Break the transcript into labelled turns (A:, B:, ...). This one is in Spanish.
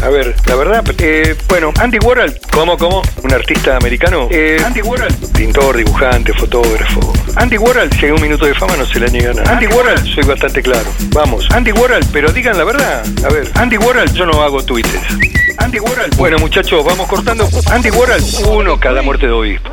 A: A ver, la verdad, eh, bueno, Andy Warhol.
B: ¿Cómo, cómo?
A: Un artista americano. Eh, Andy Warhol. Pintor, dibujante, fotógrafo. Andy Warhol, si hay un minuto de fama no se le niega nada. Andy Warhol, soy bastante claro. Vamos. Andy Warhol, pero digan la verdad. A ver, Andy Warhol, yo no hago tweets. Andy Warhol. Bueno, muchachos, vamos cortando. Andy Warhol, uno cada muerte de obispo.